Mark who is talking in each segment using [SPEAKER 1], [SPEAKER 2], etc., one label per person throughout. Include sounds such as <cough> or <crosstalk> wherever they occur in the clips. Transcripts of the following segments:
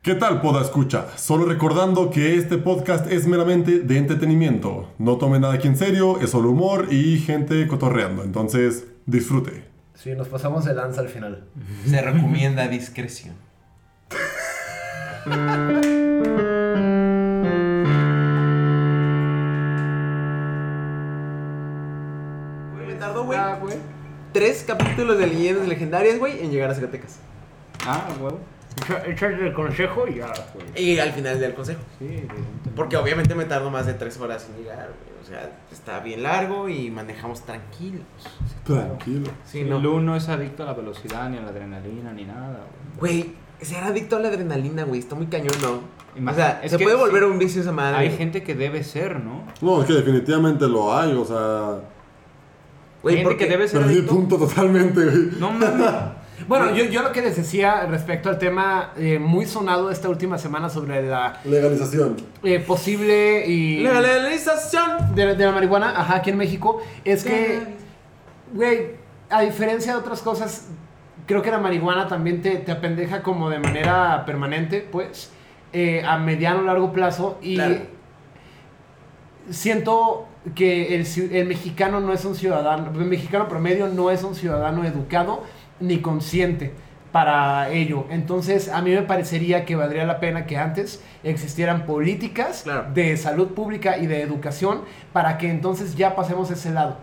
[SPEAKER 1] ¿Qué tal, Poda Escucha? Solo recordando que este podcast es meramente de entretenimiento. No tome nada aquí en serio, es solo humor y gente cotorreando. Entonces, disfrute.
[SPEAKER 2] Sí, nos pasamos de lanza al final.
[SPEAKER 3] Se recomienda discreción.
[SPEAKER 4] Güey, Me tardó, güey, tres capítulos de leyendas legendarias, güey, en llegar a Zacatecas.
[SPEAKER 5] Ah, huevo. Echa- Echas el consejo y ya, güey.
[SPEAKER 4] Y al final del consejo.
[SPEAKER 5] Sí, evidentemente.
[SPEAKER 4] Porque obviamente me tardo más de tres horas en llegar, güey. O sea, está bien largo y manejamos tranquilos.
[SPEAKER 1] Tranquilo.
[SPEAKER 4] Sí,
[SPEAKER 5] El
[SPEAKER 4] no.
[SPEAKER 5] uno no es adicto a la velocidad, ni a la adrenalina, ni nada, güey.
[SPEAKER 4] Güey, ser adicto a la adrenalina, güey, está muy cañón, ¿no? O
[SPEAKER 5] Imagina-
[SPEAKER 4] sea,
[SPEAKER 5] es
[SPEAKER 4] se
[SPEAKER 5] que
[SPEAKER 4] puede volver
[SPEAKER 5] sí.
[SPEAKER 4] un vicio esa madre.
[SPEAKER 5] Hay gente que debe ser, ¿no?
[SPEAKER 1] No, es que definitivamente lo hay, o sea.
[SPEAKER 5] Hay
[SPEAKER 4] Güey,
[SPEAKER 5] gente
[SPEAKER 4] porque
[SPEAKER 5] que debe ser
[SPEAKER 1] Perdí el
[SPEAKER 5] adicto.
[SPEAKER 1] punto totalmente, güey.
[SPEAKER 5] No mames.
[SPEAKER 4] <laughs>
[SPEAKER 6] Bueno, yo, yo lo que les decía respecto al tema eh, muy sonado esta última semana sobre la
[SPEAKER 1] Legalización.
[SPEAKER 6] eh, posible y
[SPEAKER 4] La legalización.
[SPEAKER 6] de, de la marihuana, ajá, aquí en México, es que, güey, a diferencia de otras cosas, creo que la marihuana también te, te apendeja como de manera permanente, pues, eh, a mediano o largo plazo. Y
[SPEAKER 4] Claro.
[SPEAKER 6] siento que el, ci- el mexicano no es un ciudadano, el mexicano promedio no es un ciudadano educado ni consciente para ello. Entonces, a mí me parecería que valdría la pena que antes existieran políticas
[SPEAKER 4] Claro.
[SPEAKER 6] de salud pública y de educación para que entonces ya pasemos ese lado.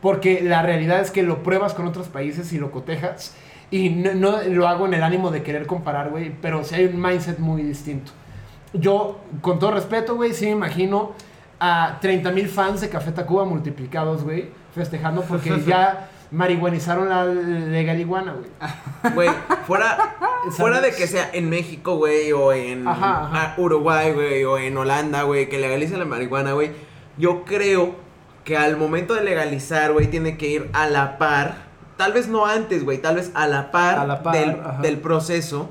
[SPEAKER 6] Porque la realidad es que lo pruebas con otros países y lo cotejas. Y no, no lo hago en el ánimo de querer comparar, güey, pero sí hay un mindset muy distinto. Yo, con todo respeto, güey, sí me imagino a 30.000 fans de Café Tacuba multiplicados, güey, festejando porque
[SPEAKER 4] <laughs>
[SPEAKER 6] ya marihuanizaron la legal iguana, güey.
[SPEAKER 4] Ah, Güey,
[SPEAKER 6] <laughs>
[SPEAKER 4] fuera, fuera de
[SPEAKER 6] ¿Sabes?
[SPEAKER 4] que sea en México, güey, o en
[SPEAKER 6] Ajá, ajá.
[SPEAKER 4] ah, Uruguay, güey, o en Holanda, güey, que legalice la marihuana, güey. Yo creo que al momento de legalizar, güey, tiene que ir a la par, tal vez no antes, güey, tal vez a la par,
[SPEAKER 6] A la par,
[SPEAKER 4] del,
[SPEAKER 6] ajá.
[SPEAKER 4] del proceso.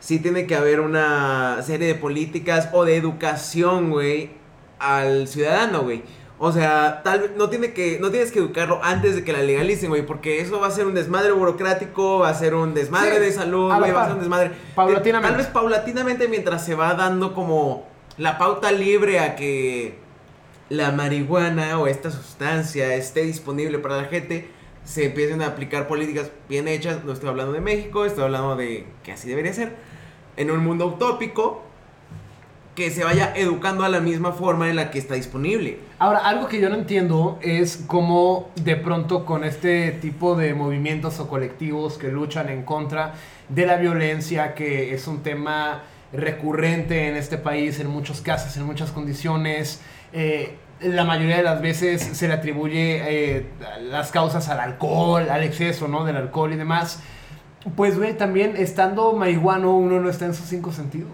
[SPEAKER 4] Sí tiene que haber una serie de políticas o de educación, güey, al ciudadano, güey. O sea, tal vez no tiene que no tienes que educarlo antes de que la legalicen, güey, porque eso va a ser un desmadre burocrático, va a ser un desmadre
[SPEAKER 6] Sí,
[SPEAKER 4] de salud,
[SPEAKER 6] a la
[SPEAKER 4] güey, va a
[SPEAKER 6] par.
[SPEAKER 4] ser un desmadre.
[SPEAKER 6] Paulatinamente.
[SPEAKER 4] Tal vez paulatinamente mientras se va dando como la pauta libre a que la marihuana o esta sustancia esté disponible para la gente, se empiecen a aplicar políticas bien hechas. No estoy hablando de México, estoy hablando de que así debería ser. En un mundo utópico, que se vaya educando a la misma forma en la que está disponible.
[SPEAKER 6] Ahora, algo que yo no entiendo es cómo de pronto con este tipo de movimientos o colectivos que luchan en contra de la violencia, que es un tema recurrente en este país, en muchos casos, en muchas condiciones, eh, la mayoría de las veces se le atribuye eh, las causas al alcohol, al exceso ¿no? del alcohol y demás. Pues, güey, también estando marihuano uno no está en sus cinco sentidos.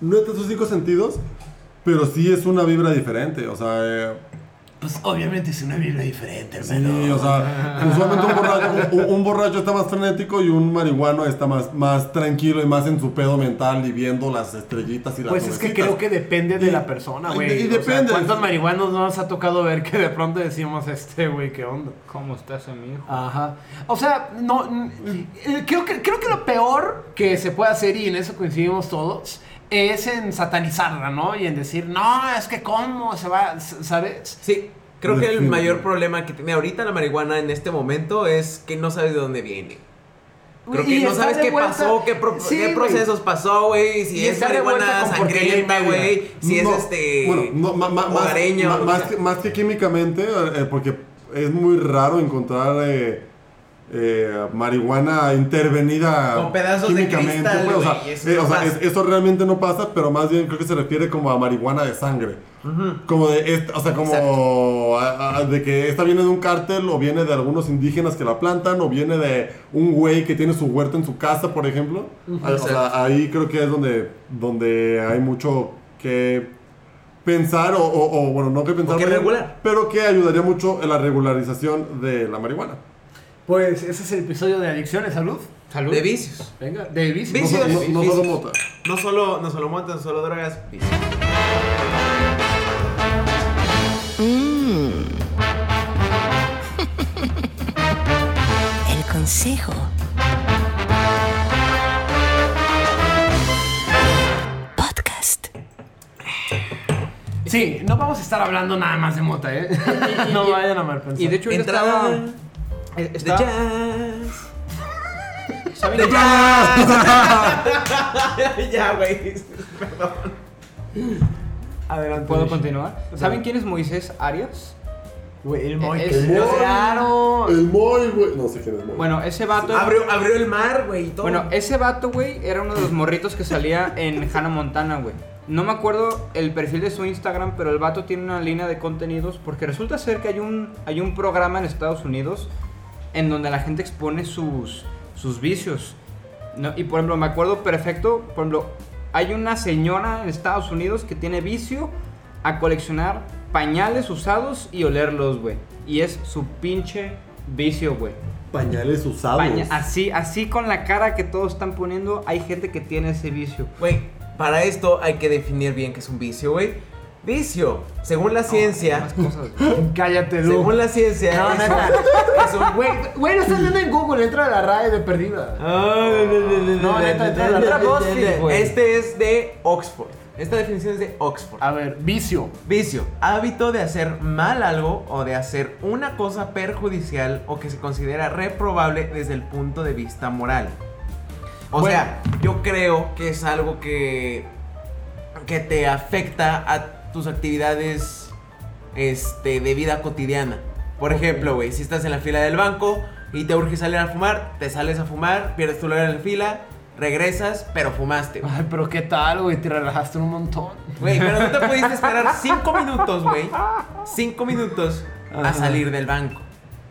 [SPEAKER 1] No está en sus cinco sentidos, pero sí es una vibra diferente, o sea. eh,
[SPEAKER 6] Pues obviamente es una vida diferente,
[SPEAKER 1] Sí, o sea, usualmente un borracho, un- un borracho está más frenético y un marihuano está más, más tranquilo y más en su pedo mental y viendo las estrellitas y las
[SPEAKER 6] Pues es que
[SPEAKER 1] nubecitas.
[SPEAKER 6] creo que depende de
[SPEAKER 1] Y-
[SPEAKER 6] la persona,
[SPEAKER 1] y-
[SPEAKER 6] güey.
[SPEAKER 1] y
[SPEAKER 6] O sea,
[SPEAKER 1] depende.
[SPEAKER 6] ¿Cuántos marihuanos no nos ha tocado ver que de pronto decimos, este, güey, qué onda?
[SPEAKER 5] ¿Cómo estás, amigo?
[SPEAKER 6] Ajá. O sea, no. n- eh, Creo que, creo que lo peor que se puede hacer, y en eso coincidimos todos, es en satanizarla, ¿no? Y en decir, no, es que cómo se va, s- ¿sabes?
[SPEAKER 4] Sí, creo que el
[SPEAKER 1] Definitivo.
[SPEAKER 4] mayor problema que tiene ahorita la marihuana en este momento es que no sabes de dónde viene. Creo
[SPEAKER 6] Y
[SPEAKER 4] que no
[SPEAKER 6] está
[SPEAKER 4] sabes
[SPEAKER 6] de
[SPEAKER 4] qué
[SPEAKER 6] vuelta-
[SPEAKER 4] pasó, qué, pro-
[SPEAKER 6] Sí,
[SPEAKER 4] qué
[SPEAKER 6] güey.
[SPEAKER 4] procesos pasó, güey, si
[SPEAKER 6] Y
[SPEAKER 4] es
[SPEAKER 6] está de vuelta
[SPEAKER 4] marihuana
[SPEAKER 6] con porquería
[SPEAKER 4] sangrienta,
[SPEAKER 6] y media.
[SPEAKER 4] güey, si
[SPEAKER 1] No,
[SPEAKER 4] es este
[SPEAKER 1] Bueno, no, ma- ma- más,
[SPEAKER 4] hogareño,
[SPEAKER 1] ma-
[SPEAKER 4] o
[SPEAKER 1] más
[SPEAKER 4] sea.
[SPEAKER 1] que, más que químicamente, eh, porque es muy raro encontrar eh, eh, marihuana intervenida
[SPEAKER 4] Con pedazos de cristal,
[SPEAKER 1] pues, o sea,
[SPEAKER 4] güey, eso
[SPEAKER 1] eh,
[SPEAKER 4] no
[SPEAKER 1] o sea,
[SPEAKER 4] pasa.
[SPEAKER 1] es- eso realmente no pasa, pero más bien creo que se refiere como a marihuana de sangre. Como de, esta- o sea, como a- a- de que esta viene de un cártel o viene de algunos indígenas que la plantan o viene de un güey que tiene su huerto en su casa, por ejemplo. Ah, o sea, ahí creo que es donde, donde hay mucho que pensar o, o- o, bueno, no que pensar,
[SPEAKER 4] que
[SPEAKER 1] vaya,
[SPEAKER 4] regular.
[SPEAKER 1] pero que ayudaría mucho en la regularización de la marihuana.
[SPEAKER 6] Pues ese es el episodio de Adicciones, Salud.
[SPEAKER 5] Salud.
[SPEAKER 4] de vicios.
[SPEAKER 6] Venga, de vicio.
[SPEAKER 1] No, so-
[SPEAKER 4] Vicios.
[SPEAKER 1] no- no solo mota.
[SPEAKER 4] No solo, no solo montas, no solo drogas, vicios.
[SPEAKER 7] El consejo.
[SPEAKER 6] Sí, no vamos a estar hablando nada más de mota, ¿eh?
[SPEAKER 7] <laughs> Y- y-
[SPEAKER 6] no
[SPEAKER 7] y-
[SPEAKER 6] vayan a mal pensar.
[SPEAKER 7] Y de hecho, ahorita
[SPEAKER 4] Entrada
[SPEAKER 7] estaba. eh,
[SPEAKER 4] Ah, de
[SPEAKER 7] estaba-
[SPEAKER 4] jazz.
[SPEAKER 7] ¿saben?
[SPEAKER 4] ¡De jazz! <laughs> ya, güey. Perdón. Adelante.
[SPEAKER 7] ¿Puedo
[SPEAKER 4] Mish.
[SPEAKER 7] continuar? ¿Saben quién es Moisés Arias?
[SPEAKER 6] Güey, el Moy,
[SPEAKER 7] Es-
[SPEAKER 6] que
[SPEAKER 7] es-
[SPEAKER 6] Moy.
[SPEAKER 7] claro.
[SPEAKER 1] El Moy, güey. No sé quién es Moy.
[SPEAKER 7] Bueno, ese vato.
[SPEAKER 1] ah,
[SPEAKER 4] Abrió, abrió el mar, güey. y todo.
[SPEAKER 7] Bueno, ese vato, güey, era uno de los morritos que salía
[SPEAKER 4] <laughs>
[SPEAKER 7] en Hannah Montana, güey. No me acuerdo el perfil de su Instagram, pero el vato tiene una línea de contenidos porque resulta ser que hay un, hay un programa en Estados Unidos en donde la gente expone sus, sus vicios. ¿no? Y por ejemplo, me acuerdo perfecto, por ejemplo, hay una señora en Estados Unidos que tiene vicio a coleccionar pañales usados y olerlos, güey. Y es su pinche vicio, güey.
[SPEAKER 1] pañales usados.
[SPEAKER 7] Paña- ah, así, así con la cara que todos están poniendo, hay gente que tiene ese vicio.
[SPEAKER 4] Güey, para esto hay que definir bien qué es un vicio, güey. Vicio, según la ciencia,
[SPEAKER 7] Más cosas, güey.
[SPEAKER 6] Cállate, Lu.
[SPEAKER 4] según la ciencia,
[SPEAKER 6] No,
[SPEAKER 4] es,
[SPEAKER 6] neta.
[SPEAKER 4] un- es un
[SPEAKER 6] Güey, güey, lo estás viendo en Google, entra a la RAE de perdida. No, neta, neta, la otra BuzzFeed, güey.
[SPEAKER 4] Este es de Oxford. Esta definición es de Oxford.
[SPEAKER 6] A ver, vicio.
[SPEAKER 4] Vicio, hábito de hacer mal algo o de hacer una cosa perjudicial o que se considera reprobable desde el punto de vista moral. O
[SPEAKER 6] Bueno.
[SPEAKER 4] sea, yo creo que es algo que que te afecta a tus actividades este de vida cotidiana. Por ejemplo, güey, si estás en la fila del banco y te urge salir a fumar, te sales a fumar, pierdes tu lugar en la fila, regresas, pero fumaste. güey.
[SPEAKER 6] Ay, pero qué tal, güey, te relajaste un montón.
[SPEAKER 4] Güey, pero no te
[SPEAKER 6] <laughs>
[SPEAKER 4] pudiste esperar cinco minutos, güey. Cinco minutos a salir del banco.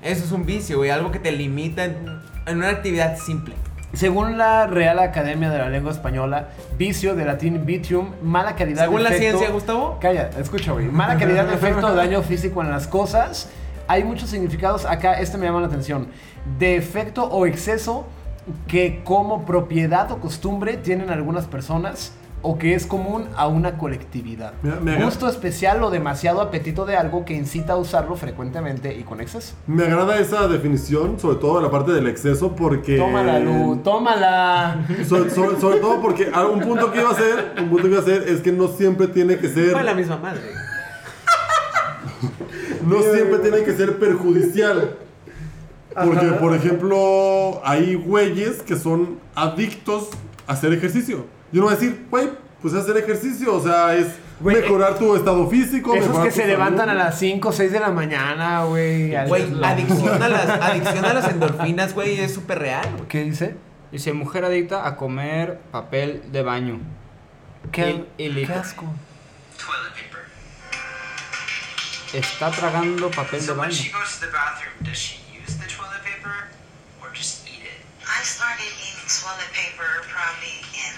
[SPEAKER 4] Eso es un vicio, güey. Algo que te limita en, en una actividad simple.
[SPEAKER 6] Según la Real Academia de la Lengua Española, vicio de latín vitium, mala calidad
[SPEAKER 4] Según
[SPEAKER 6] de
[SPEAKER 4] la
[SPEAKER 6] efecto-
[SPEAKER 4] ciencia, Gustavo.
[SPEAKER 6] Calla, escucha, güey. Mala calidad
[SPEAKER 1] <laughs>
[SPEAKER 6] de efecto o daño físico en las cosas. Hay muchos significados acá, este me llama la atención. De efecto o exceso que como propiedad o costumbre tienen algunas personas o que es común a una colectividad.
[SPEAKER 1] Mira, me agrada-
[SPEAKER 6] Gusto especial o demasiado apetito de algo que incita a usarlo frecuentemente y con exceso.
[SPEAKER 1] Me agrada esa definición, sobre todo la parte del exceso, porque.
[SPEAKER 6] Tómala, Lu, tómala.
[SPEAKER 1] So- so- sobre todo porque a- un punto que iba a hacer, un punto que iba a hacer es que no siempre tiene que ser,
[SPEAKER 4] Fue la misma madre.
[SPEAKER 1] no siempre tiene que ser perjudicial. Porque, por ejemplo, hay güeyes que son adictos a hacer ejercicio. Yo no voy a decir, güey, pues hacer ejercicio, o sea, es
[SPEAKER 6] Güey,
[SPEAKER 1] mejorar tu estado físico.
[SPEAKER 6] Esos
[SPEAKER 1] mejorar
[SPEAKER 6] que
[SPEAKER 1] tu
[SPEAKER 6] se
[SPEAKER 1] salud.
[SPEAKER 6] levantan a las 5 o 6 de la mañana, güey. al-
[SPEAKER 4] Güey, adicción a las, adicción a las endorfinas, güey, es súper real, güey.
[SPEAKER 6] ¿Qué dice?
[SPEAKER 7] Dice, mujer adicta a comer papel de baño.
[SPEAKER 6] Qué,
[SPEAKER 7] Y- y licor.
[SPEAKER 6] qué asco.
[SPEAKER 7] Está tragando papel de
[SPEAKER 8] So when
[SPEAKER 7] baño.
[SPEAKER 8] she goes to the bathroom, does she use the toilet paper or just eat it?
[SPEAKER 9] I started eating toilet paper probably in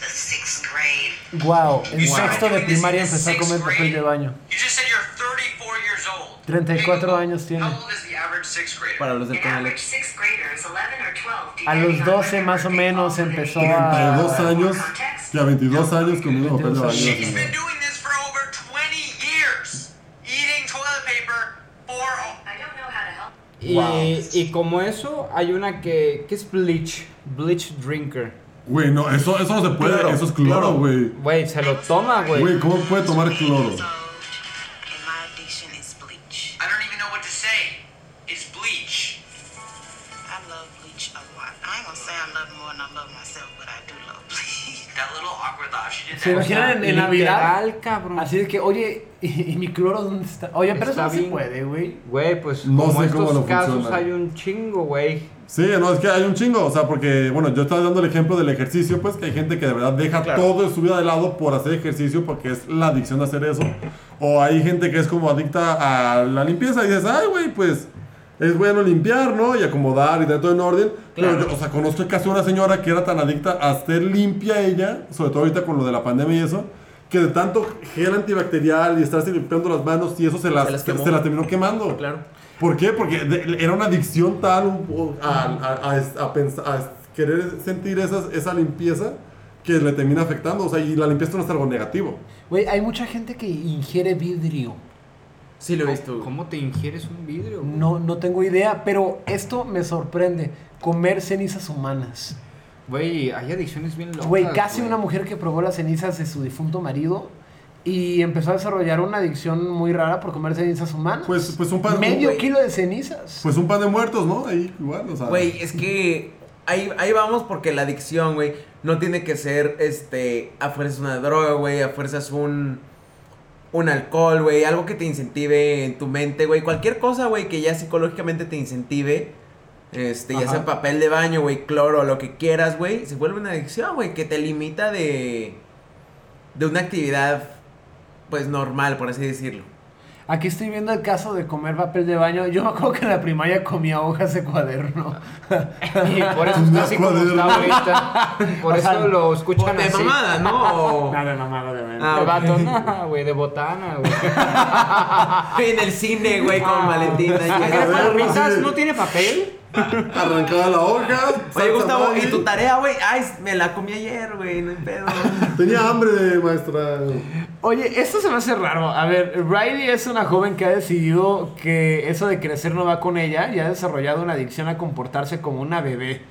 [SPEAKER 9] the sixth grade.
[SPEAKER 6] Wow, en
[SPEAKER 8] You started
[SPEAKER 6] sexto de
[SPEAKER 8] doing this
[SPEAKER 6] primaria
[SPEAKER 8] in
[SPEAKER 6] empezó a
[SPEAKER 8] sixth
[SPEAKER 6] comer papel de
[SPEAKER 8] grade?
[SPEAKER 6] baño.
[SPEAKER 8] You just said you're 34 years old.
[SPEAKER 6] 34
[SPEAKER 8] Hey,
[SPEAKER 6] años tiene.
[SPEAKER 8] How old is the average sixth grader?
[SPEAKER 4] Para los del
[SPEAKER 9] An
[SPEAKER 4] canal
[SPEAKER 9] average
[SPEAKER 4] X.
[SPEAKER 9] sixth grader is 11 or 12.
[SPEAKER 6] A
[SPEAKER 9] depending
[SPEAKER 6] los
[SPEAKER 9] on
[SPEAKER 6] 12
[SPEAKER 9] whether
[SPEAKER 6] más o
[SPEAKER 9] they
[SPEAKER 6] menos
[SPEAKER 9] fall within
[SPEAKER 6] empezó
[SPEAKER 9] the
[SPEAKER 6] a-
[SPEAKER 1] 32 años
[SPEAKER 9] context.
[SPEAKER 1] y a 22 años comiendo papel de baño.
[SPEAKER 8] She's been doing this for over 20 years. Eating toilet paper for
[SPEAKER 9] I don't know how to help.
[SPEAKER 7] Y, y como eso, hay una que, que es bleach. Bleach drinker.
[SPEAKER 1] Güey, no, eso, eso no se puede,
[SPEAKER 4] Cloro,
[SPEAKER 1] eso es cloro, güey.
[SPEAKER 7] Güey, se lo toma, güey.
[SPEAKER 1] Güey, ¿cómo puede tomar
[SPEAKER 9] Being
[SPEAKER 1] cloro?
[SPEAKER 9] dissolved, And um, my addiction is bleach.
[SPEAKER 8] I don't even know what to say. It's bleach. <laughs>
[SPEAKER 9] I love bleach a lot. I ain't gonna say I love more than I love myself, but I do love bleach.
[SPEAKER 8] That little awkward laugh she did.
[SPEAKER 6] ¿Se
[SPEAKER 8] there.
[SPEAKER 6] imaginan en, en Navidad?
[SPEAKER 7] Ah, Literal, cabrón.
[SPEAKER 6] Así de que, oye, <laughs> ¿y, y mi cloro dónde está? Oye, pero
[SPEAKER 7] Está
[SPEAKER 6] eso no se
[SPEAKER 7] bien.
[SPEAKER 6] puede, güey.
[SPEAKER 7] Güey, pues
[SPEAKER 1] No
[SPEAKER 7] como
[SPEAKER 1] sé cómo
[SPEAKER 7] estos
[SPEAKER 1] lo
[SPEAKER 7] casos
[SPEAKER 1] funciona.
[SPEAKER 7] hay un chingo, güey.
[SPEAKER 1] Sí, no, es que hay un chingo, o sea, porque, bueno, yo estaba dando el ejemplo del ejercicio, pues que hay gente que de verdad deja todo de su vida de lado por hacer ejercicio porque es la adicción a hacer eso. O hay gente que es como adicta a la limpieza y dices, ay, güey, pues es bueno limpiar, ¿no? Y acomodar y tener todo en orden. Pero yo, o sea, conozco casi una señora que era tan adicta a ser limpia ella, sobre todo ahorita con lo de la pandemia y eso, que de tanto gel antibacterial y estarse limpiando las manos y eso se las,
[SPEAKER 4] las
[SPEAKER 1] se-
[SPEAKER 4] quemó.
[SPEAKER 1] se las terminó quemando.
[SPEAKER 4] Claro.
[SPEAKER 1] ¿Por qué? Porque de- era una adicción tal un po- a, a- a- a pens- a querer sentir esas, esa limpieza que le termina afectando. O sea, y la limpieza no es algo negativo.
[SPEAKER 6] Güey, hay mucha gente que ingiere vidrio.
[SPEAKER 4] Sí lo he visto. güey.
[SPEAKER 7] ¿Cómo te ingieres un vidrio? güey?
[SPEAKER 6] No, no tengo idea, pero esto me sorprende. Comer cenizas humanas.
[SPEAKER 7] Güey, hay adicciones bien locas.
[SPEAKER 6] Güey, casi una mujer que probó las cenizas de su difunto marido y empezó a desarrollar una adicción muy rara por comer cenizas humanas.
[SPEAKER 1] Pues, pues un pan.
[SPEAKER 6] Medio
[SPEAKER 1] un-
[SPEAKER 6] kilo de cenizas.
[SPEAKER 1] Pues un pan de muertos, ¿no? Ahí igual, o sea.
[SPEAKER 4] Güey, es que ahí, ahí vamos porque la adicción, güey, no tiene que ser, este, a fuerzas una droga, güey, a fuerzas un, un alcohol, güey, algo que te incentive en tu mente, güey, cualquier cosa, güey, que ya psicológicamente te incentive, este, ya
[SPEAKER 7] Ajá.
[SPEAKER 4] sea papel de baño, güey, cloro, lo que quieras, güey, se vuelve una adicción, güey, que te limita de, de una actividad, pues, normal, por así decirlo.
[SPEAKER 6] Aquí estoy viendo el caso de comer papel de baño. Yo me acuerdo que en la primaria comía hojas de cuaderno.
[SPEAKER 7] Y
[SPEAKER 6] <laughs>
[SPEAKER 7] por eso está así como
[SPEAKER 1] Cuaderno.
[SPEAKER 7] está ahorita. Por
[SPEAKER 6] O sea,
[SPEAKER 7] eso lo escuchan
[SPEAKER 4] De
[SPEAKER 7] así.
[SPEAKER 4] mamada,
[SPEAKER 6] <laughs>
[SPEAKER 4] ¿no? O-
[SPEAKER 6] Nada, mamada de verdad.
[SPEAKER 4] Ah,
[SPEAKER 7] El
[SPEAKER 4] ok.
[SPEAKER 7] vato, no, güey, de botana,
[SPEAKER 6] <laughs>
[SPEAKER 7] güey.
[SPEAKER 4] En el cine, güey, con Valentina.
[SPEAKER 7] ¿Acá
[SPEAKER 1] ver,
[SPEAKER 7] palomitas
[SPEAKER 1] sí.
[SPEAKER 7] no tiene papel?
[SPEAKER 1] Arrancada la hoja.
[SPEAKER 4] Oye,
[SPEAKER 1] salsa
[SPEAKER 4] Gustavo, ¿y
[SPEAKER 1] Maggi.
[SPEAKER 4] tu tarea, güey? Ay, me la comí ayer, güey, no hay pedo.
[SPEAKER 1] Tenía hambre de maestra.
[SPEAKER 6] Oye, esto se me hace raro. A ver, Riley es una joven que ha decidido que eso de crecer no va con ella y ha desarrollado una adicción a comportarse como una bebé.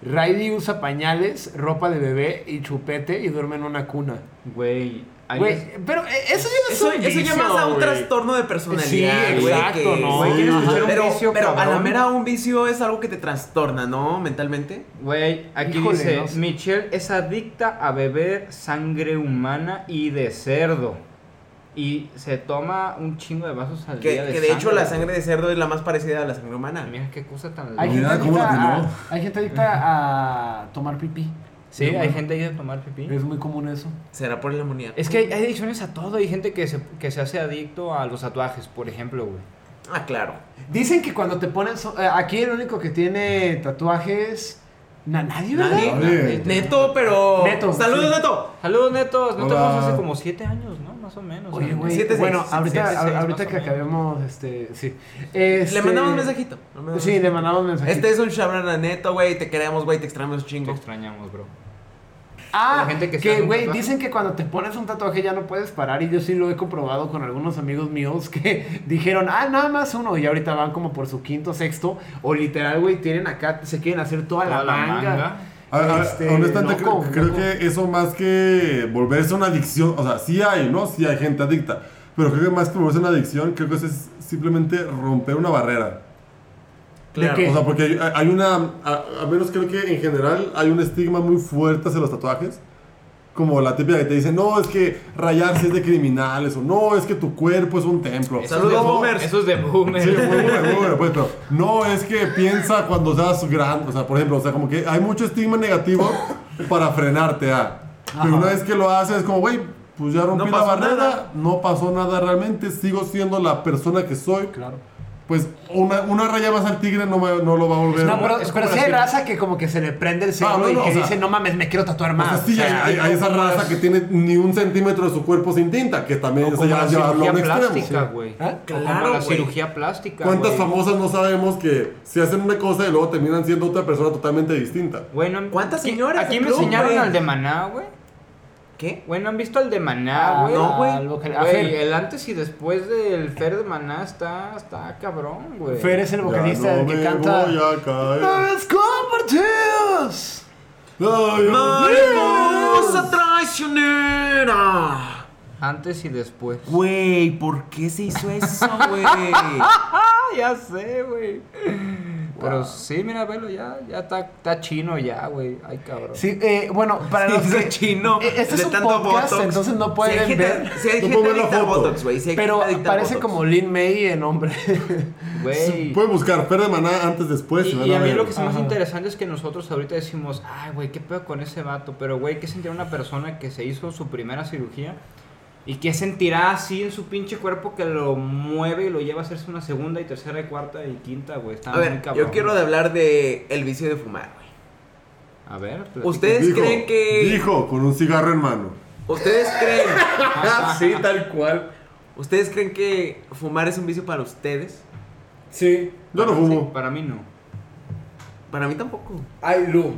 [SPEAKER 6] Riley usa pañales, ropa de bebé y chupete y duerme en una cuna.
[SPEAKER 7] Güey, ahí
[SPEAKER 6] Güey,
[SPEAKER 7] es-
[SPEAKER 6] pero eh, eso ya no es
[SPEAKER 4] Eso,
[SPEAKER 6] un
[SPEAKER 4] eso ya
[SPEAKER 6] vicio,
[SPEAKER 4] más a un
[SPEAKER 6] güey.
[SPEAKER 4] trastorno de personalidad,
[SPEAKER 6] Sí,
[SPEAKER 4] güey.
[SPEAKER 6] exacto,
[SPEAKER 4] que-
[SPEAKER 6] ¿no?
[SPEAKER 7] Güey, ¿quieres escuchar un
[SPEAKER 4] Pero,
[SPEAKER 7] vicio,
[SPEAKER 4] pero a la
[SPEAKER 7] cabrón?
[SPEAKER 4] mera un vicio es algo que te trastorna, ¿no? Mentalmente.
[SPEAKER 7] Güey, aquí
[SPEAKER 6] Híjole,
[SPEAKER 7] dice,
[SPEAKER 6] no sé.
[SPEAKER 7] Michelle es adicta a beber sangre humana y de cerdo. Y se toma un chingo de vasos al
[SPEAKER 4] Que,
[SPEAKER 7] día de
[SPEAKER 4] que de hecho la sangre de cerdo es la más parecida a la sangre humana.
[SPEAKER 7] Mira qué cosa tan
[SPEAKER 6] Hay
[SPEAKER 1] No,
[SPEAKER 6] gente,
[SPEAKER 1] mira, ¿cómo
[SPEAKER 6] adicta
[SPEAKER 1] la
[SPEAKER 6] a,
[SPEAKER 1] atinó?
[SPEAKER 6] hay gente adicta a tomar pipí.
[SPEAKER 7] Sí,
[SPEAKER 6] No,
[SPEAKER 7] hay
[SPEAKER 6] no.
[SPEAKER 7] gente ahí de tomar pipí.
[SPEAKER 6] Es muy común eso.
[SPEAKER 4] Será por la amonía.
[SPEAKER 7] Es que hay, hay adicciones a todo. Hay gente que se, que se hace adicto a los tatuajes, por ejemplo, güey.
[SPEAKER 4] Ah, claro.
[SPEAKER 6] Dicen que cuando te ponen... so- eh, aquí el único que tiene tatuajes... na- nadie, ¿verdad?
[SPEAKER 4] Nadie.
[SPEAKER 1] Oye,
[SPEAKER 4] Neto, pero.
[SPEAKER 6] Neto,
[SPEAKER 4] Saludos,
[SPEAKER 6] sí.
[SPEAKER 4] Neto.
[SPEAKER 7] Saludos, netos. No te
[SPEAKER 1] Hola.
[SPEAKER 7] vemos hace como 7 años, ¿no? Más o menos.
[SPEAKER 6] Oye,
[SPEAKER 7] ¿no?
[SPEAKER 6] güey.
[SPEAKER 4] Siete, seis,
[SPEAKER 6] bueno,
[SPEAKER 4] siete,
[SPEAKER 6] ahorita,
[SPEAKER 7] seis,
[SPEAKER 6] ahor-
[SPEAKER 7] seis,
[SPEAKER 6] ahorita
[SPEAKER 7] más
[SPEAKER 6] que
[SPEAKER 7] o menos.
[SPEAKER 6] acabemos, este, sí.
[SPEAKER 4] Le
[SPEAKER 6] Este-
[SPEAKER 4] mandamos un mensajito. Le mandamos
[SPEAKER 6] Sí, le mandamos mensajito.
[SPEAKER 4] Este es un chabran a Neto, güey. Te queremos, güey. Te extrañamos un
[SPEAKER 7] Te
[SPEAKER 4] chingo.
[SPEAKER 7] extrañamos, bro.
[SPEAKER 6] Ah,
[SPEAKER 7] la gente que
[SPEAKER 6] que,
[SPEAKER 7] se hace un
[SPEAKER 6] güey,
[SPEAKER 7] tatuaje.
[SPEAKER 6] dicen que cuando te pones un tatuaje ya no puedes parar. Y yo sí lo he comprobado con algunos amigos míos <laughs> que dijeron, ah, nada más uno. Y ahorita van como por su quinto, sexto. O literal, güey, tienen acá, se quieren hacer toda,
[SPEAKER 7] Toda
[SPEAKER 6] la,
[SPEAKER 7] la
[SPEAKER 6] manga.
[SPEAKER 7] manga.
[SPEAKER 1] A- a-
[SPEAKER 6] Este,
[SPEAKER 1] honestamente,
[SPEAKER 6] loco,
[SPEAKER 1] creo, creo
[SPEAKER 6] loco.
[SPEAKER 1] que eso más que volverse una adicción, o sea, sí hay, ¿no? Sí hay gente adicta, pero creo que más que volverse una adicción, creo que eso es simplemente romper una barrera.
[SPEAKER 6] ¿De qué?
[SPEAKER 1] O sea, porque hay, hay una, a, a menos creo que en general hay un estigma muy fuerte hacia los tatuajes. Como la típica que te dice, no, es que rayarse es de criminales, o no, es que tu cuerpo es un templo.
[SPEAKER 4] Eso Saludos,
[SPEAKER 7] de bo-
[SPEAKER 4] boomers.
[SPEAKER 7] Eso es de boomers. <laughs>
[SPEAKER 1] Sí, muy bueno, muy bueno, pues, pero no es que piensa cuando seas grande, o sea, por ejemplo, o sea, como que hay mucho estigma negativo para frenarte a. Pero una vez que lo haces, es como, güey, pues ya rompí la
[SPEAKER 4] No pasó
[SPEAKER 1] barrera,
[SPEAKER 4] nada.
[SPEAKER 1] no pasó nada realmente, sigo siendo la persona que soy. Claro. Pues una, una raya más al tigre no, me- no lo va a volver.
[SPEAKER 6] No, pero,
[SPEAKER 7] es como
[SPEAKER 6] pero
[SPEAKER 7] la
[SPEAKER 6] sí hay
[SPEAKER 7] fibra.
[SPEAKER 6] raza que como que se le prende el cerebro
[SPEAKER 1] no,
[SPEAKER 6] y
[SPEAKER 1] no,
[SPEAKER 6] que
[SPEAKER 1] o sea-
[SPEAKER 6] dice, no mames, me quiero tatuar
[SPEAKER 1] O sea,
[SPEAKER 6] más.
[SPEAKER 1] sí,
[SPEAKER 6] O sea,
[SPEAKER 1] hay, hay esa raza que tiene ni un centímetro de su cuerpo sin tinta, que también
[SPEAKER 7] O
[SPEAKER 1] eso ya
[SPEAKER 7] como
[SPEAKER 1] es
[SPEAKER 7] la
[SPEAKER 1] llevarlo a
[SPEAKER 7] cirugía
[SPEAKER 1] un extremo.
[SPEAKER 7] plástica, güey.
[SPEAKER 6] ¿Ah?
[SPEAKER 7] O como
[SPEAKER 4] Claro,
[SPEAKER 7] la
[SPEAKER 4] güey.
[SPEAKER 7] cirugía plástica,
[SPEAKER 1] ¿Cuántas
[SPEAKER 7] güey.
[SPEAKER 1] famosas no sabemos que se hacen una cosa y luego terminan siendo otra persona totalmente distinta?
[SPEAKER 7] Güey, no-
[SPEAKER 4] ¿Cuántas
[SPEAKER 7] aquí-
[SPEAKER 4] señoras
[SPEAKER 7] Aquí
[SPEAKER 4] en
[SPEAKER 7] me
[SPEAKER 4] club,
[SPEAKER 7] enseñaron
[SPEAKER 4] güey?
[SPEAKER 7] al de Maná, güey.
[SPEAKER 4] ¿Qué?
[SPEAKER 7] Güey, ¿no han visto al de
[SPEAKER 6] Ah,
[SPEAKER 7] Maná, güey?
[SPEAKER 6] no, güey.
[SPEAKER 7] Al vocal-
[SPEAKER 6] Güey,
[SPEAKER 7] Güey, el antes y después del Fer de Maná está, está cabrón, güey.
[SPEAKER 6] Fer es el vocalista
[SPEAKER 1] Ya
[SPEAKER 6] del
[SPEAKER 1] no
[SPEAKER 6] que
[SPEAKER 1] me
[SPEAKER 6] canta...
[SPEAKER 1] voy a caer.
[SPEAKER 6] ¡Los compartidos!
[SPEAKER 1] Ay, Dios
[SPEAKER 4] ¡Mariposa
[SPEAKER 1] mío.
[SPEAKER 4] traicionera!
[SPEAKER 7] Antes y después.
[SPEAKER 4] Güey, ¿por qué se hizo eso, <laughs> güey?
[SPEAKER 7] Ah, ya sé, güey. Pero sí, mira, velo, ya, ya está, está chino ya, güey. Ay, cabrón.
[SPEAKER 6] Sí, eh, bueno, para los
[SPEAKER 4] Hizo
[SPEAKER 6] que...
[SPEAKER 4] chino.
[SPEAKER 6] Eh, Este
[SPEAKER 4] de
[SPEAKER 6] es un
[SPEAKER 4] tanto
[SPEAKER 6] podcast,
[SPEAKER 4] botox.
[SPEAKER 6] entonces no
[SPEAKER 4] Si
[SPEAKER 6] pueden
[SPEAKER 4] hay gente-
[SPEAKER 6] ver.
[SPEAKER 4] Si hay
[SPEAKER 1] No
[SPEAKER 4] gente
[SPEAKER 1] puedo ver la
[SPEAKER 4] adicta al
[SPEAKER 1] foto.
[SPEAKER 4] botox, güey. si hay
[SPEAKER 6] Pero
[SPEAKER 4] gente adicta al
[SPEAKER 6] parece
[SPEAKER 4] botox.
[SPEAKER 6] como Lin May en hombre.
[SPEAKER 7] Güey.
[SPEAKER 1] Pueden buscar Fer de Maná antes, después.
[SPEAKER 7] Y,
[SPEAKER 1] van
[SPEAKER 7] y a mí
[SPEAKER 1] ver.
[SPEAKER 7] lo que es más
[SPEAKER 4] Ah.
[SPEAKER 6] Ajá.
[SPEAKER 7] interesante es que nosotros ahorita decimos, ay, güey, qué pedo con ese vato. Pero, güey, ¿qué sentirá una persona que se hizo su primera cirugía? ¿Y qué sentirá así en su pinche cuerpo que lo mueve y lo lleva a hacerse una segunda y tercera y cuarta y quinta, güey? Está
[SPEAKER 4] A
[SPEAKER 7] muy
[SPEAKER 4] ver,
[SPEAKER 7] cabrón.
[SPEAKER 4] yo quiero hablar de el vicio de fumar, güey.
[SPEAKER 7] A ver, platica.
[SPEAKER 4] Ustedes creen que.
[SPEAKER 1] Ah, Dijo, con un cigarro en mano.
[SPEAKER 4] Ustedes creen.
[SPEAKER 6] Ah,
[SPEAKER 7] sí,
[SPEAKER 4] tal cual. ¿Ustedes creen que fumar es un vicio para ustedes?
[SPEAKER 6] Sí.
[SPEAKER 1] Yo no
[SPEAKER 7] Sí,
[SPEAKER 1] fumo.
[SPEAKER 7] para mí no.
[SPEAKER 4] Para mí tampoco.
[SPEAKER 6] Ay, Lu.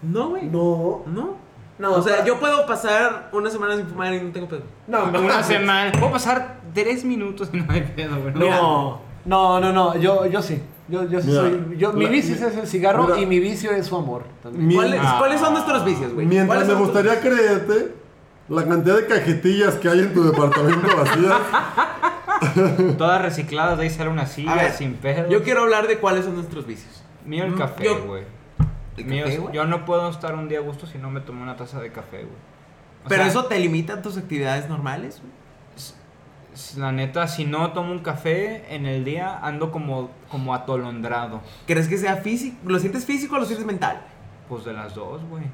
[SPEAKER 4] No, güey.
[SPEAKER 6] No.
[SPEAKER 4] No.
[SPEAKER 6] No,
[SPEAKER 4] o sea,
[SPEAKER 6] para-
[SPEAKER 4] yo puedo pasar una semana sin fumar y no tengo pedo.
[SPEAKER 6] No,
[SPEAKER 7] Una semana. Puedo pasar tres minutos y no hay pedo, güey.
[SPEAKER 6] No. No, no, no. Yo, yo sí. Yo, yo sí
[SPEAKER 1] Mira,
[SPEAKER 6] soy. Yo, mi
[SPEAKER 1] la-
[SPEAKER 6] vicio
[SPEAKER 1] mi-
[SPEAKER 6] es el cigarro
[SPEAKER 1] mira.
[SPEAKER 6] y mi vicio es su amor. también.
[SPEAKER 1] Mien-
[SPEAKER 4] ¿Cuáles, cuáles son nuestros vicios, güey?
[SPEAKER 1] Mientras
[SPEAKER 4] ¿Cuáles
[SPEAKER 1] me
[SPEAKER 4] son nuestros-
[SPEAKER 1] gustaría creerte, La cantidad de cajetillas que hay en tu departamento vacías.
[SPEAKER 7] Todas recicladas, de ahí sale una silla
[SPEAKER 4] A ver,
[SPEAKER 7] sin pedo.
[SPEAKER 4] Yo quiero hablar de cuáles son nuestros vicios.
[SPEAKER 7] Mío el
[SPEAKER 4] Mm,
[SPEAKER 7] café,
[SPEAKER 4] yo-
[SPEAKER 7] güey.
[SPEAKER 4] ¿El
[SPEAKER 7] Mío
[SPEAKER 4] café,
[SPEAKER 7] es-
[SPEAKER 4] güey?
[SPEAKER 7] Yo no puedo estar un día a gusto si no me tomo una taza de café, güey. O
[SPEAKER 4] Pero
[SPEAKER 7] sea,
[SPEAKER 4] eso te limita a tus actividades normales. güey.
[SPEAKER 7] La neta, si no tomo un café en el día, ando como, como atolondrado.
[SPEAKER 4] ¿Crees que sea físico? ¿Lo sientes físico o lo sientes mental?
[SPEAKER 7] Pues de las dos, güey.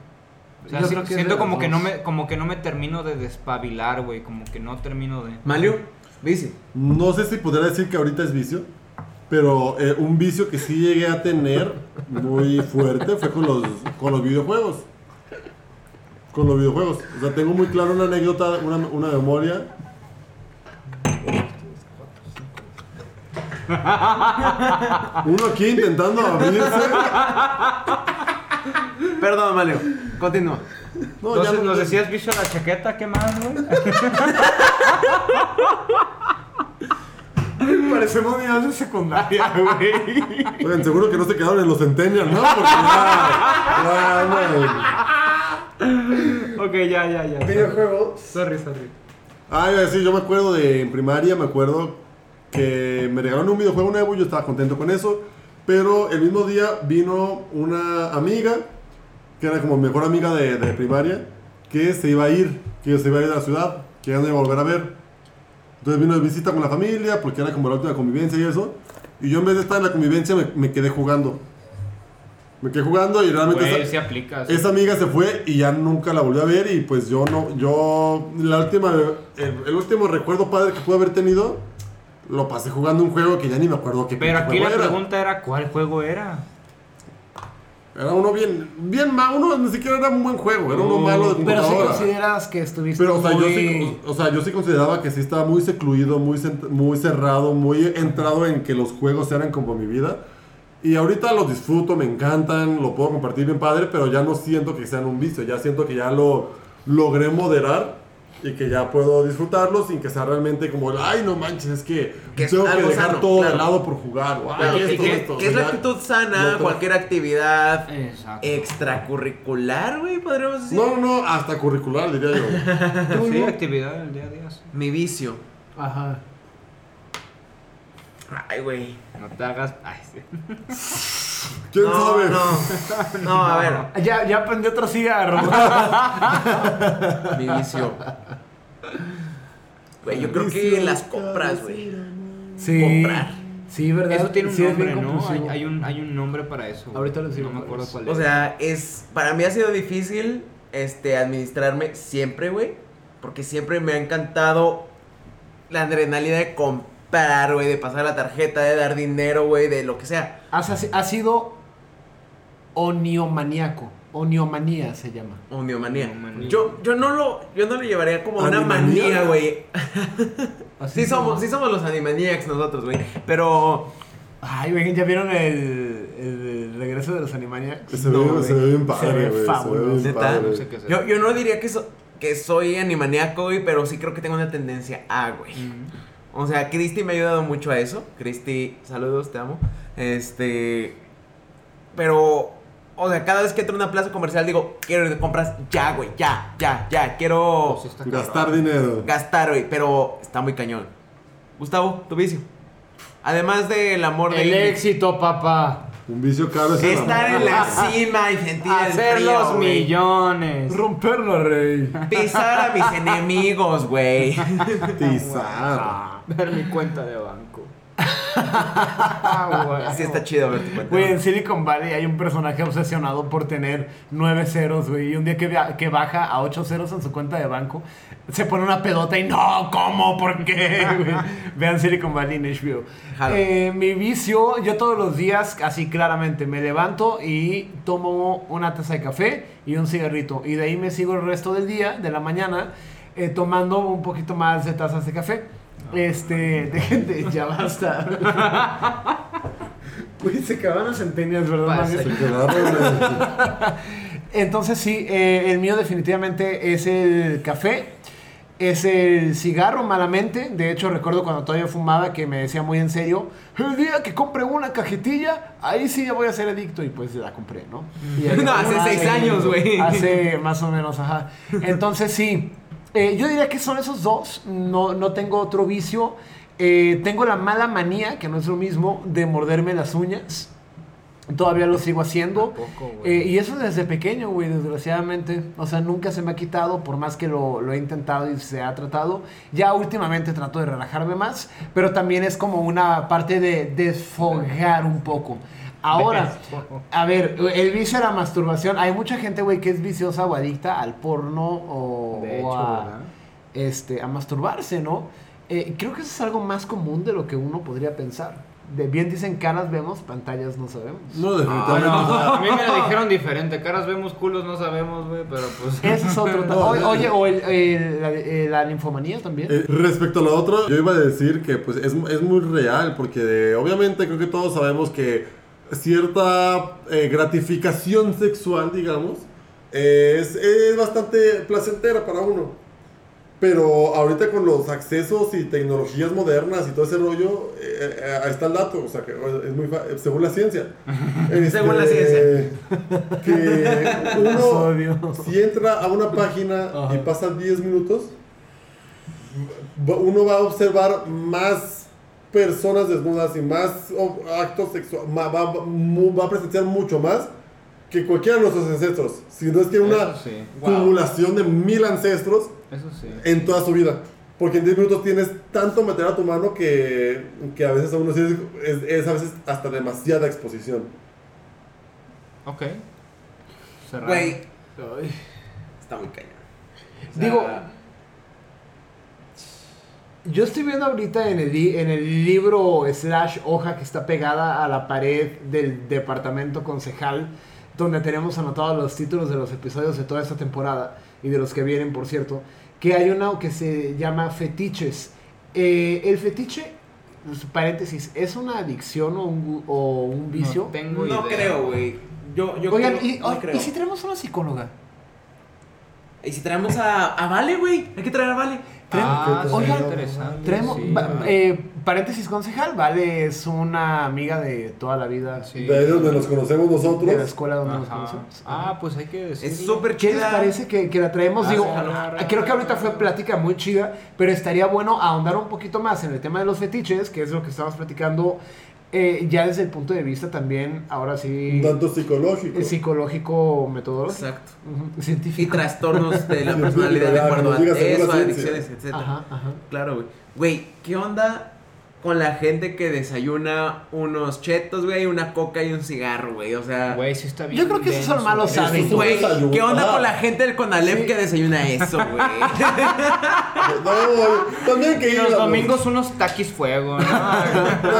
[SPEAKER 7] O sea,
[SPEAKER 6] Yo
[SPEAKER 7] si-
[SPEAKER 6] creo que es de
[SPEAKER 7] siento
[SPEAKER 6] las
[SPEAKER 7] como que, no
[SPEAKER 6] dos.
[SPEAKER 7] me, como que no me termino de despabilar, güey. Como que no termino de...
[SPEAKER 4] Malio, vicio.
[SPEAKER 1] No sé si podría decir que ahorita es vicio, pero eh, un vicio que sí llegué a tener muy fuerte fue con los, con los videojuegos. Con los videojuegos. O sea, tengo muy claro una anécdota, una, una memoria. Uno aquí intentando abrirse.
[SPEAKER 4] Perdón, Malio. Continúa.
[SPEAKER 1] No, ya
[SPEAKER 7] Entonces
[SPEAKER 1] no-
[SPEAKER 7] nos decías, vicio a la chaqueta, ¿qué más, güey?
[SPEAKER 6] Parecemos niños de secundaria, güey.
[SPEAKER 1] Oigan, seguro que no se quedaron en los Centennial, ¿no? Porque ya, ya, no.
[SPEAKER 7] ok, ya, ya, ya.
[SPEAKER 6] Videojuegos.
[SPEAKER 7] Sorry, sorry.
[SPEAKER 1] Ah, iba a decir, yo me acuerdo de en primaria, me acuerdo que me regalaron un videojuego nuevo, yo estaba contento con eso, pero el mismo día vino una amiga, que era como mejor amiga de, de primaria, que se iba a ir, que se iba a ir a la ciudad, que ya no iba a volver a ver. Entonces vino de visita con la familia, porque era como la última convivencia y eso, y yo en vez de estar en la convivencia me, me quedé jugando. Me quedé jugando y realmente...
[SPEAKER 7] Güey,
[SPEAKER 1] esa-
[SPEAKER 7] si aplicas.
[SPEAKER 1] esa amiga se fue y ya nunca la volví a ver y pues yo no, yo la última, eh, el, el último recuerdo padre que pude haber tenido lo pasé jugando un juego que ya ni me acuerdo qué
[SPEAKER 7] Pero
[SPEAKER 1] pinche
[SPEAKER 7] aquí la
[SPEAKER 1] juego era.
[SPEAKER 7] pregunta era, ¿cuál juego era?
[SPEAKER 1] Era uno bien, bien malo, uno ni siquiera era un buen juego, era uno malo de
[SPEAKER 6] Mm, Pero si
[SPEAKER 1] computadora.
[SPEAKER 6] consideras que estuviste
[SPEAKER 1] Pero, o sea, yo
[SPEAKER 6] muy-
[SPEAKER 1] sí, o sea, yo sí consideraba que sí estaba muy secluido, muy, cent- muy cerrado, muy entrado en que los juegos eran como mi vida. Y ahorita los disfruto, me encantan, lo puedo compartir bien padre, pero ya no siento que sean un vicio, ya siento que ya lo logré moderar y que ya puedo disfrutarlo sin que sea realmente como, ay, no manches, es que,
[SPEAKER 4] Que es
[SPEAKER 1] tengo que
[SPEAKER 4] algo
[SPEAKER 1] dejar
[SPEAKER 4] sano,
[SPEAKER 1] todo
[SPEAKER 4] claro.
[SPEAKER 1] de lado por jugar. o, ay,
[SPEAKER 4] Claro,
[SPEAKER 1] esto,
[SPEAKER 4] que,
[SPEAKER 1] esto,
[SPEAKER 4] que es la
[SPEAKER 1] ya.
[SPEAKER 4] actitud
[SPEAKER 1] no
[SPEAKER 4] sana,
[SPEAKER 1] tengo-
[SPEAKER 4] cualquier actividad
[SPEAKER 7] Exacto.
[SPEAKER 4] extracurricular, güey, podríamos decir.
[SPEAKER 1] No, no, no, hasta curricular, diría yo.
[SPEAKER 7] <laughs> Sí, actividad del día a día. sí.
[SPEAKER 4] Mi vicio.
[SPEAKER 6] Ajá.
[SPEAKER 4] Ay, güey.
[SPEAKER 7] No te hagas... Ay, sí.
[SPEAKER 1] ¿Quién
[SPEAKER 4] no,
[SPEAKER 1] sabe?
[SPEAKER 4] No, no, a ver.
[SPEAKER 6] Ya, ya prendí otro cigarro.
[SPEAKER 4] Mi vicio. Güey, yo creo que las compras, güey.
[SPEAKER 6] sí.
[SPEAKER 4] Comprar.
[SPEAKER 6] Sí, ¿verdad?
[SPEAKER 7] Eso tiene un
[SPEAKER 6] Sí, es bien
[SPEAKER 7] nombre, ¿no? Hay,
[SPEAKER 6] compulsivo.
[SPEAKER 7] hay un, hay un nombre para eso. güey.
[SPEAKER 6] Ahorita lo digo
[SPEAKER 7] No me
[SPEAKER 6] cuál
[SPEAKER 7] acuerdo
[SPEAKER 6] es.
[SPEAKER 7] cuál es.
[SPEAKER 4] O sea, es. Para mí ha sido difícil este, administrarme siempre, güey. Porque siempre me ha encantado la adrenalina de comprar, güey, de pasar la tarjeta, de dar dinero, güey, de lo que sea.
[SPEAKER 6] Has, has- has sido oniomaníaco. Oniomanía se llama.
[SPEAKER 4] Omniomanía.
[SPEAKER 7] Oniomanía.
[SPEAKER 4] Yo, yo no lo, yo no lo llevaría como una
[SPEAKER 1] ¿Animanía?
[SPEAKER 4] manía, güey.
[SPEAKER 6] Así
[SPEAKER 7] Ah,
[SPEAKER 4] Sí
[SPEAKER 6] se
[SPEAKER 4] somos,
[SPEAKER 6] llama.
[SPEAKER 4] sí somos los animaniacs nosotros, güey. Pero.
[SPEAKER 6] Ay, vengan, ¿ya vieron el, el regreso de los Animaniacs?
[SPEAKER 1] Se, ve, se ve bien
[SPEAKER 6] Se
[SPEAKER 1] padre,
[SPEAKER 6] ve
[SPEAKER 1] güey. Se ve
[SPEAKER 6] fabuloso.
[SPEAKER 1] bien
[SPEAKER 4] Neta,
[SPEAKER 1] padre.
[SPEAKER 7] No sé qué sea.
[SPEAKER 4] Yo, yo no diría que, so- que soy animaniaco, güey, pero sí creo que tengo una tendencia a, güey. O sea, Cristi me ha ayudado mucho a eso. Cristi, saludos, te amo. Este. Pero. O sea, cada vez que entro a una plaza comercial digo, quiero ir de compras ya, güey, ya, ya, ya. Quiero
[SPEAKER 7] Pues está
[SPEAKER 1] Gastar
[SPEAKER 7] cabrón.
[SPEAKER 1] dinero.
[SPEAKER 4] gastar, güey, pero está muy cañón. Gustavo, tu vicio. Además del amor de
[SPEAKER 6] El
[SPEAKER 4] Ingrid.
[SPEAKER 6] éxito, papá.
[SPEAKER 1] Un vicio caro es el
[SPEAKER 4] Estar
[SPEAKER 1] amor.
[SPEAKER 4] en la cima y sentir el
[SPEAKER 7] Hacer
[SPEAKER 4] frío,
[SPEAKER 7] los
[SPEAKER 4] güey.
[SPEAKER 7] millones.
[SPEAKER 6] Romperlo, rey.
[SPEAKER 4] Pisar a mis enemigos, güey.
[SPEAKER 1] Tizar.
[SPEAKER 7] Ver mi cuenta de <laughs> banco. Ah,
[SPEAKER 4] Así está chido ver tu cuenta.
[SPEAKER 6] Güey, en Silicon Valley hay un personaje obsesionado por tener nueve ceros, güey. Y un día que, via- que baja a ocho ceros en su cuenta de banco, se pone una pedota y no, ¿cómo? ¿Por qué? güey? Vean Silicon Valley en HBO.
[SPEAKER 4] Jalo.
[SPEAKER 6] Eh, mi vicio, yo todos los días, así claramente, me levanto y tomo una taza de café y un cigarrito. Y de ahí me sigo el resto del día, de la mañana, eh, tomando un poquito más de tazas de café. Este, <laughs> dejen de, ya basta. Güey, se acaban las centenias, ¿verdad?
[SPEAKER 7] Pasa.
[SPEAKER 6] Mario?
[SPEAKER 1] Se quedaron en-
[SPEAKER 6] Entonces sí, eh, el mío definitivamente es el café, es el cigarro malamente. De hecho recuerdo cuando todavía fumaba que me decía muy en serio, el día que compre una cajetilla, ahí sí ya voy a ser adicto y pues la compré, ¿no? Y ya
[SPEAKER 4] <laughs> No,
[SPEAKER 6] llevo
[SPEAKER 4] hace
[SPEAKER 6] una-
[SPEAKER 4] seis años, güey.
[SPEAKER 6] Hace más o menos, ajá. Entonces sí. Eh, yo diría que son esos dos. No, no tengo otro vicio. Eh, tengo la mala manía, que no es lo mismo, de morderme las uñas. Todavía lo sigo haciendo.
[SPEAKER 7] Tampoco, güey.
[SPEAKER 6] Eh, y eso desde pequeño, güey, desgraciadamente. O sea, nunca se me ha quitado, por más que lo, lo he intentado y se ha tratado. Ya últimamente trato de relajarme más, pero también es como una parte de desfogar un poco. Ahora, a ver, el vicio de la masturbación. Hay mucha gente, güey, que es viciosa o adicta al porno o,
[SPEAKER 7] De
[SPEAKER 6] o
[SPEAKER 7] hecho,
[SPEAKER 6] a,
[SPEAKER 7] ¿verdad?
[SPEAKER 6] este, a masturbarse, ¿no? Eh, creo que eso es algo más común de lo que uno podría pensar. De bien dicen caras vemos, pantallas no sabemos.
[SPEAKER 1] No, definitivamente.
[SPEAKER 7] Ah,
[SPEAKER 1] o sea,
[SPEAKER 7] A mí <laughs> me lo dijeron diferente. Caras vemos, culos no sabemos, güey, pero pues...
[SPEAKER 6] Ese es <laughs> otro.
[SPEAKER 1] No,
[SPEAKER 6] o-
[SPEAKER 1] no, no.
[SPEAKER 6] oye, o el- el- la, eh, la linfomanía también.
[SPEAKER 1] Eh, respecto a lo otro, yo iba a decir que pues es, es muy real, porque eh, obviamente creo que todos sabemos que cierta eh, gratificación sexual, digamos, es, es bastante placentera para uno. Pero ahorita con los accesos y tecnologías modernas y todo ese rollo, eh, eh, ahí está el dato, o sea, que es muy fa- según la ciencia. Este,
[SPEAKER 4] Según la ciencia.
[SPEAKER 1] <laughs> Que uno,
[SPEAKER 6] Obvio.
[SPEAKER 1] si entra a una página y pasa 10 minutos, va- uno va a observar más personas desnudas y más o- actos sexuales, va, va- mu- va a presenciar mucho más que cualquiera de nuestros ancestros, si no es que una
[SPEAKER 7] <laughs> Eso sí. Wow.
[SPEAKER 1] acumulación de mil ancestros
[SPEAKER 7] Eso sí.
[SPEAKER 1] en toda su vida. Porque en 10 minutos tienes tanto material a tu mano que, que a veces a uno sí es, es- es a veces hasta demasiada exposición.
[SPEAKER 7] Ok. Cerrado.
[SPEAKER 4] Güey. Está muy cañón. O sea,
[SPEAKER 6] Digo, Yo estoy viendo ahorita en el, li- en el libro slash hoja que está pegada a la pared del departamento concejal, donde tenemos anotados los títulos de los episodios de toda esta temporada y de los que vienen, por cierto, que hay uno que se llama fetiches. Eh, el fetiche, pues, paréntesis, ¿es una adicción o un, gu- o un vicio?
[SPEAKER 7] No tengo idea.
[SPEAKER 4] no creo, güey. Yo, yo
[SPEAKER 6] Oigan,
[SPEAKER 4] creo-
[SPEAKER 6] y,
[SPEAKER 4] no
[SPEAKER 6] oy-
[SPEAKER 4] creo.
[SPEAKER 6] ¿y si tenemos una psicóloga?
[SPEAKER 4] traemos a, a Vale, güey? Hay que traer a Vale.
[SPEAKER 7] Ah,
[SPEAKER 6] Oigan,
[SPEAKER 7] sí, interesante.
[SPEAKER 6] Traemos,
[SPEAKER 7] sí,
[SPEAKER 6] va-
[SPEAKER 7] va.
[SPEAKER 6] eh, paréntesis concejal, Vale es una amiga de toda la vida
[SPEAKER 7] Sí.
[SPEAKER 1] De ahí es donde nos conocemos nosotros.
[SPEAKER 6] de la escuela donde nos
[SPEAKER 7] Ajá.
[SPEAKER 6] conocemos.
[SPEAKER 7] Ah, pues hay que decir.
[SPEAKER 4] Es súper
[SPEAKER 6] ¿Qué les
[SPEAKER 4] chida.
[SPEAKER 6] parece que, que la traemos?
[SPEAKER 7] Ah,
[SPEAKER 6] Digo,
[SPEAKER 7] sí, claro.
[SPEAKER 6] creo que ahorita
[SPEAKER 7] ah.
[SPEAKER 6] fue plática muy chida, pero estaría bueno ahondar un poquito más en el tema de los fetiches, que es lo que estamos platicando eh, ya desde el punto de vista también, ahora sí,
[SPEAKER 1] Un tanto psicológico.
[SPEAKER 6] eh, psicológico, metodológico,
[SPEAKER 4] Exacto.
[SPEAKER 6] ujú,
[SPEAKER 4] Y
[SPEAKER 6] científico.
[SPEAKER 4] trastornos
[SPEAKER 6] <laughs>
[SPEAKER 4] de la
[SPEAKER 1] Sí,
[SPEAKER 4] personalidad de
[SPEAKER 1] claro,
[SPEAKER 4] acuerdo a
[SPEAKER 1] diga según
[SPEAKER 4] eso,
[SPEAKER 1] la ciencia.
[SPEAKER 4] adicciones, etc.
[SPEAKER 6] Ajá, ajá.
[SPEAKER 4] Claro, güey. Güey, ¿qué onda con la gente que desayuna unos chetos, güey, una coca y un cigarro, güey? O sea,
[SPEAKER 7] Güey, sí está bien.
[SPEAKER 6] Yo creo que esos son
[SPEAKER 7] denso,
[SPEAKER 6] malos
[SPEAKER 7] güey.
[SPEAKER 6] hábitos.
[SPEAKER 4] güey,
[SPEAKER 1] desayuno.
[SPEAKER 4] ¿qué onda
[SPEAKER 1] Ah.
[SPEAKER 4] con la gente del Conalep
[SPEAKER 6] Sí.
[SPEAKER 4] que desayuna eso, güey?
[SPEAKER 6] <laughs>
[SPEAKER 4] <laughs>
[SPEAKER 1] No, también que
[SPEAKER 7] Y los
[SPEAKER 1] íbamos.
[SPEAKER 7] domingos unos taquis fuego, ¿no?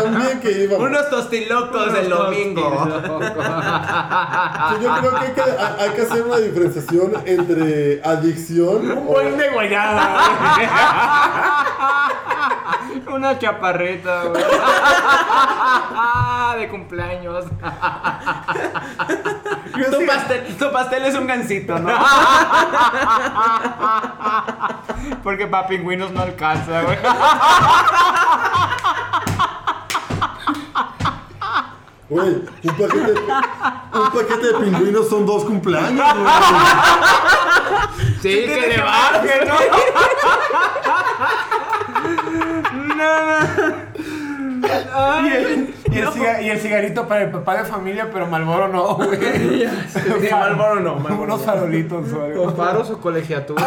[SPEAKER 1] También que íbamos.
[SPEAKER 4] unos tostilocos del domingo.
[SPEAKER 1] Sí, yo creo que hay, que ha- hay que hacer una diferenciación entre adicción. o-
[SPEAKER 6] de guayada.
[SPEAKER 7] Una chaparreta, güey. <laughs> De cumpleaños.
[SPEAKER 4] tu, pastel, tu pastel es un gansito, ¿no?
[SPEAKER 7] Porque para pingüinos no alcanza, güey.
[SPEAKER 1] Güey, un paquete, un paquete de pingüinos son dos cumpleaños, güey.
[SPEAKER 7] Sí, que le baje, ¿no? No, no.
[SPEAKER 6] y, el, y el ciga- y el cigarrito para el papá de familia, pero Malboro no, güey.
[SPEAKER 4] Sí, Marlboro no, Marlboro
[SPEAKER 6] Unos
[SPEAKER 4] no.
[SPEAKER 6] farolitos o algo.
[SPEAKER 7] Con faros o colegiatura.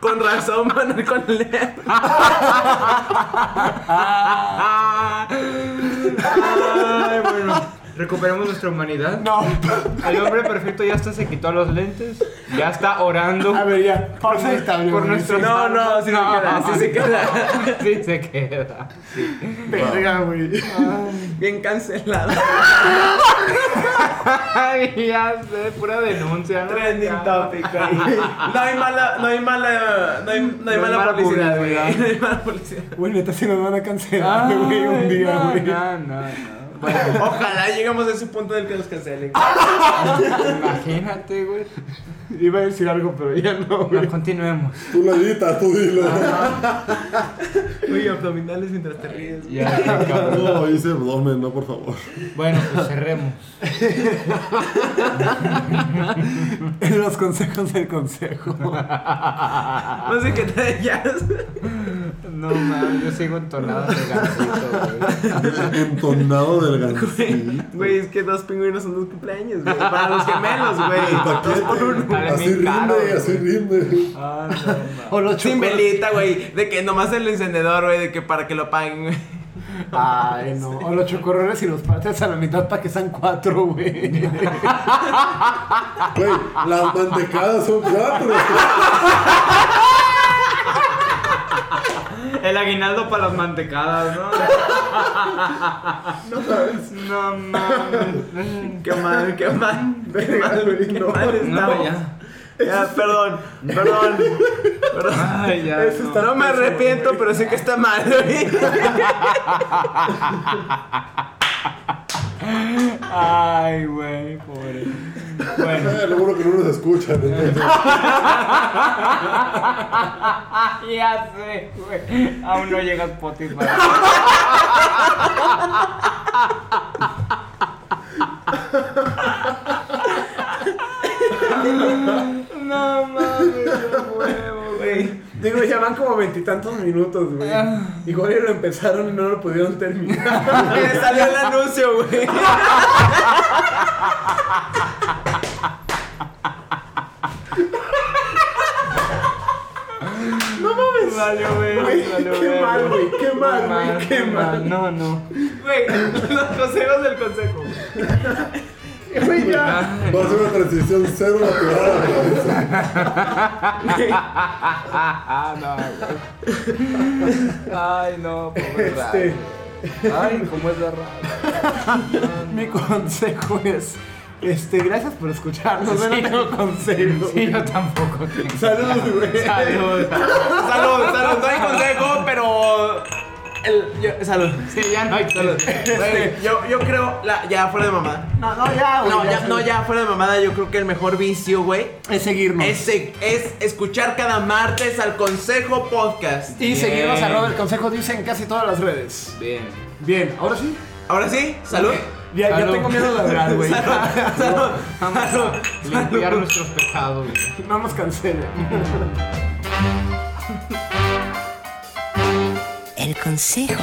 [SPEAKER 4] Con razón, van al Conalep.
[SPEAKER 7] Ay, bueno. Recuperemos nuestra humanidad.
[SPEAKER 6] No,
[SPEAKER 7] El hombre perfecto ya hasta se quitó los lentes. Ya está orando.
[SPEAKER 6] a ver, ya. Pausa y tabla,
[SPEAKER 7] Por
[SPEAKER 6] güey.
[SPEAKER 7] nuestro
[SPEAKER 4] No, no, sí se queda, sí se queda.
[SPEAKER 7] Sí se queda.
[SPEAKER 6] Verga, güey.
[SPEAKER 4] Bien cancelado.
[SPEAKER 7] Ay, ya sé, pura denuncia. ¿no?
[SPEAKER 4] Trending topic, güey. No hay mala, no hay mala, no hay, no hay mala, publicidad, <laughs> güey. No hay mala publicidad.
[SPEAKER 6] Güey, neta, si nos van a cancelar, güey, un día, güey.
[SPEAKER 7] No, no, no.
[SPEAKER 4] Ojalá llegamos a ese punto en el que nos cancelen.
[SPEAKER 7] Imagínate, güey.
[SPEAKER 6] Iba a decir algo, pero ya no,
[SPEAKER 7] No
[SPEAKER 6] güey.
[SPEAKER 7] continuemos.
[SPEAKER 1] Tú lo editas, tú dilo.
[SPEAKER 4] Uy, abdominales mientras te ríes.
[SPEAKER 7] Ya, cabrón.
[SPEAKER 1] No, hice abdomen, no, por favor.
[SPEAKER 7] Bueno, pues cerremos.
[SPEAKER 6] Los consejos del consejo.
[SPEAKER 4] Ah, No sé qué te ellas.
[SPEAKER 7] No mames, yo sigo entonado de gancito, güey.
[SPEAKER 1] Entonado del gancito.
[SPEAKER 4] Güey, es que dos pingüinos son dos cumpleaños, güey. Para los gemelos, güey. Dos por uno.
[SPEAKER 7] Dale,
[SPEAKER 1] Así
[SPEAKER 7] bien caro,
[SPEAKER 1] rinde,
[SPEAKER 7] güey.
[SPEAKER 1] así rinde.
[SPEAKER 7] Ah, no mames.
[SPEAKER 6] O los
[SPEAKER 4] Sin
[SPEAKER 6] chocolate-
[SPEAKER 4] velita, güey. De que nomás el encendedor, güey. De que para que lo apaguen, güey.
[SPEAKER 6] Ay, no. O los chocorrones y los partes a la mitad para que sean cuatro, güey.
[SPEAKER 1] Güey, las mantecadas son cuatro.
[SPEAKER 7] El aguinaldo para las mantecadas, ¿no? No mames.
[SPEAKER 4] Qué mal, qué mal. <laughs> Qué mal, güey. Qué mal
[SPEAKER 7] No,
[SPEAKER 4] estamos.
[SPEAKER 7] ya.
[SPEAKER 4] Ya, perdón. Perdón. Perdón.
[SPEAKER 7] Ay, Ah, ya. no.
[SPEAKER 4] No me arrepiento, pero sé que está mal,
[SPEAKER 7] <laughs>
[SPEAKER 4] güey.
[SPEAKER 7] Ay, güey, pobre. Bueno.
[SPEAKER 1] Eh, Lo bueno que no nos escuchan. entonces.
[SPEAKER 7] ya sé, güey. Aún no llega Spotify. no mames, no huevo, güey.
[SPEAKER 6] Digo, ya van como veintitantos minutos, güey. Igual ya lo empezaron y no lo pudieron terminar.
[SPEAKER 4] Me salió el anuncio, güey.
[SPEAKER 7] Valió, güey. Valió,
[SPEAKER 6] Pues, Qué
[SPEAKER 7] verga.
[SPEAKER 6] mal, güey. Qué mal, güey. Qué mal.
[SPEAKER 7] No, no.
[SPEAKER 6] <laughs>
[SPEAKER 4] Güey, los consejos del consejo.
[SPEAKER 6] <laughs> Güey, ya.
[SPEAKER 1] Va a ser una transición cero natural. güey.
[SPEAKER 7] Ah, no, güey. Ay, no, pobre
[SPEAKER 6] Este.
[SPEAKER 7] raro. Ay, cómo es la rara.
[SPEAKER 6] Mi consejo es. Este, gracias por escucharnos.
[SPEAKER 7] Sí.
[SPEAKER 6] Yo no tengo consejo.
[SPEAKER 7] Sí, yo tampoco.
[SPEAKER 6] Saludos, güey.
[SPEAKER 7] Salud.
[SPEAKER 4] Salud, salud, no hay consejo, pero. el- yo- salud.
[SPEAKER 7] Sí, ya no hay
[SPEAKER 4] Salud. Güey, yo, yo creo, la- ya fuera de mamada.
[SPEAKER 6] No, no,
[SPEAKER 7] Ah,
[SPEAKER 6] ya, güey.
[SPEAKER 4] No, ya, no, ya fuera de mamada, yo creo que el mejor vicio, güey,
[SPEAKER 6] Es seguirnos.
[SPEAKER 4] es, es escuchar cada martes al Consejo Podcast.
[SPEAKER 6] Y seguirnos
[SPEAKER 7] Bien.
[SPEAKER 6] a Robert Consejo dice en casi todas las redes.
[SPEAKER 7] Bien.
[SPEAKER 6] Bien, ahora sí.
[SPEAKER 4] Ahora sí, salud.
[SPEAKER 6] Ya, ya
[SPEAKER 7] Salud.
[SPEAKER 6] tengo miedo de hablar, <laughs> güey.
[SPEAKER 4] <laughs>
[SPEAKER 3] <laughs>
[SPEAKER 4] Salud.
[SPEAKER 7] Vamos a <laughs> limpiar nuestros pecados. güey.
[SPEAKER 6] No nos cancelen.
[SPEAKER 10] El Consejo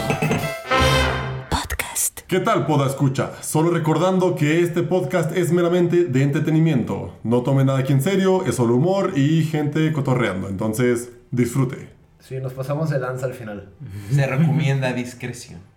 [SPEAKER 10] Podcast.
[SPEAKER 1] ¿Qué tal, Poda Escucha? Solo recordando que este podcast es meramente de entretenimiento. No tome nada aquí en serio, es solo humor y gente cotorreando. Entonces, disfrute.
[SPEAKER 2] Sí, nos pasamos de lanza al final.
[SPEAKER 3] Se recomienda discreción.